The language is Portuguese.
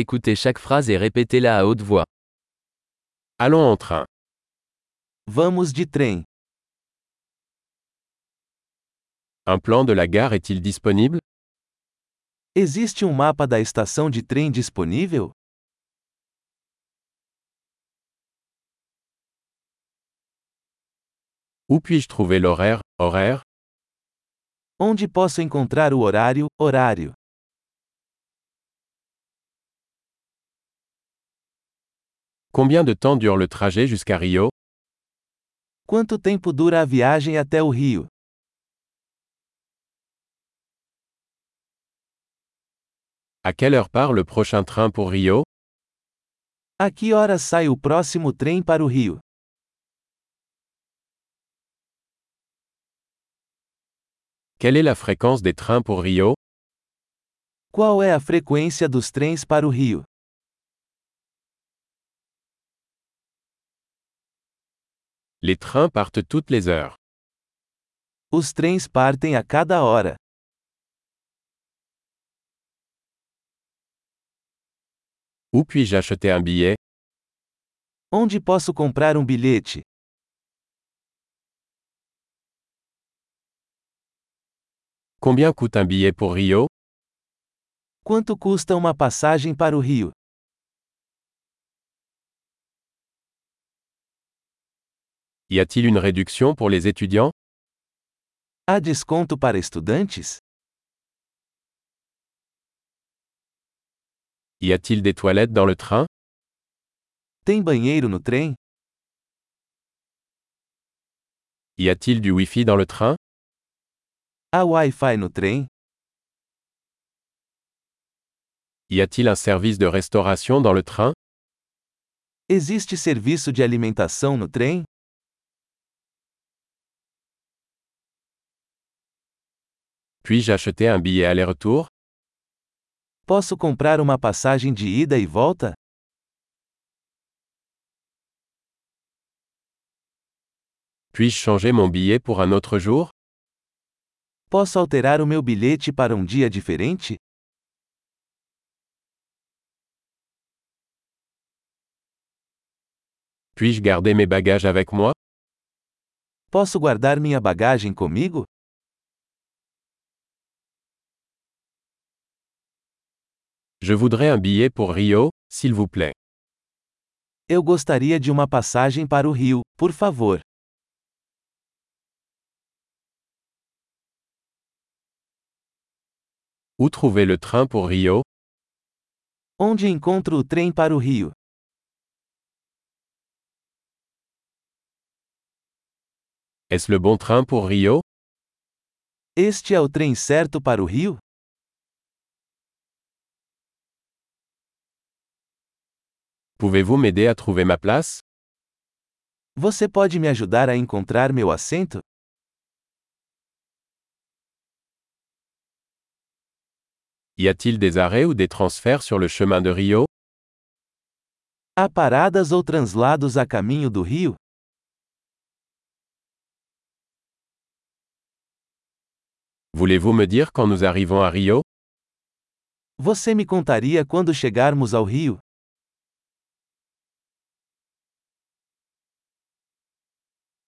Écoutez chaque phrase et répétez-la à haute voix. Allons en train. Vamos de trem. Un plan de la gare est-il disponible Existe um mapa da estação de trem disponível? Où puis-je trouver l'horaire Horaire Onde posso encontrar o horário? Horário. Combien de temps dure le trajet jusqu'à Rio Quanto tempo dura a viagem até o Rio? À quelle heure part le prochain train pour Rio A que horas sai o próximo trem para o Rio? Quelle est la fréquence des trains pour Rio Qual é a frequência dos trens para o Rio? Les trains partent toutes les heures. Os trens partem a cada hora. Où puis-je acheter un billet Onde posso comprar um bilhete? Combien coûte un billet pour Rio Quanto custa uma passagem para o Rio? Y a-t-il une réduction pour les étudiants Há desconto para estudantes? Y a-t-il des toilettes dans le train Tem banheiro no trem? Y a-t-il du Wi-Fi dans le train Há Wi-Fi no trem? Y a-t-il un service de restauration dans le train Existe serviço de alimentação no trem? Puis-je acheter un billet aller-retour Posso comprar uma passagem de ida e volta? Puis-je changer mon billet pour un autre jour Posso alterar o meu bilhete para um dia diferente? Puis-je garder mes bagages avec moi Posso guardar minha bagagem comigo? Je voudrais un billet pour Rio, s'il vous plaît. Eu gostaria de uma passagem para o Rio, por favor. Où trouver le train pour Rio Onde encontro o trem para o Rio? Est-ce le bon train pour Rio Este é o trem certo para o Rio? Pouvez-vous m'aider à trouver ma place Você pode me ajudar a encontrar meu assento? Y a-t-il des arrêts ou des transferts sur le chemin de Rio Há paradas ou translados a caminho do Rio? Voulez-vous me dire quand nous arrivons à Rio Você me contaria quando chegarmos ao Rio?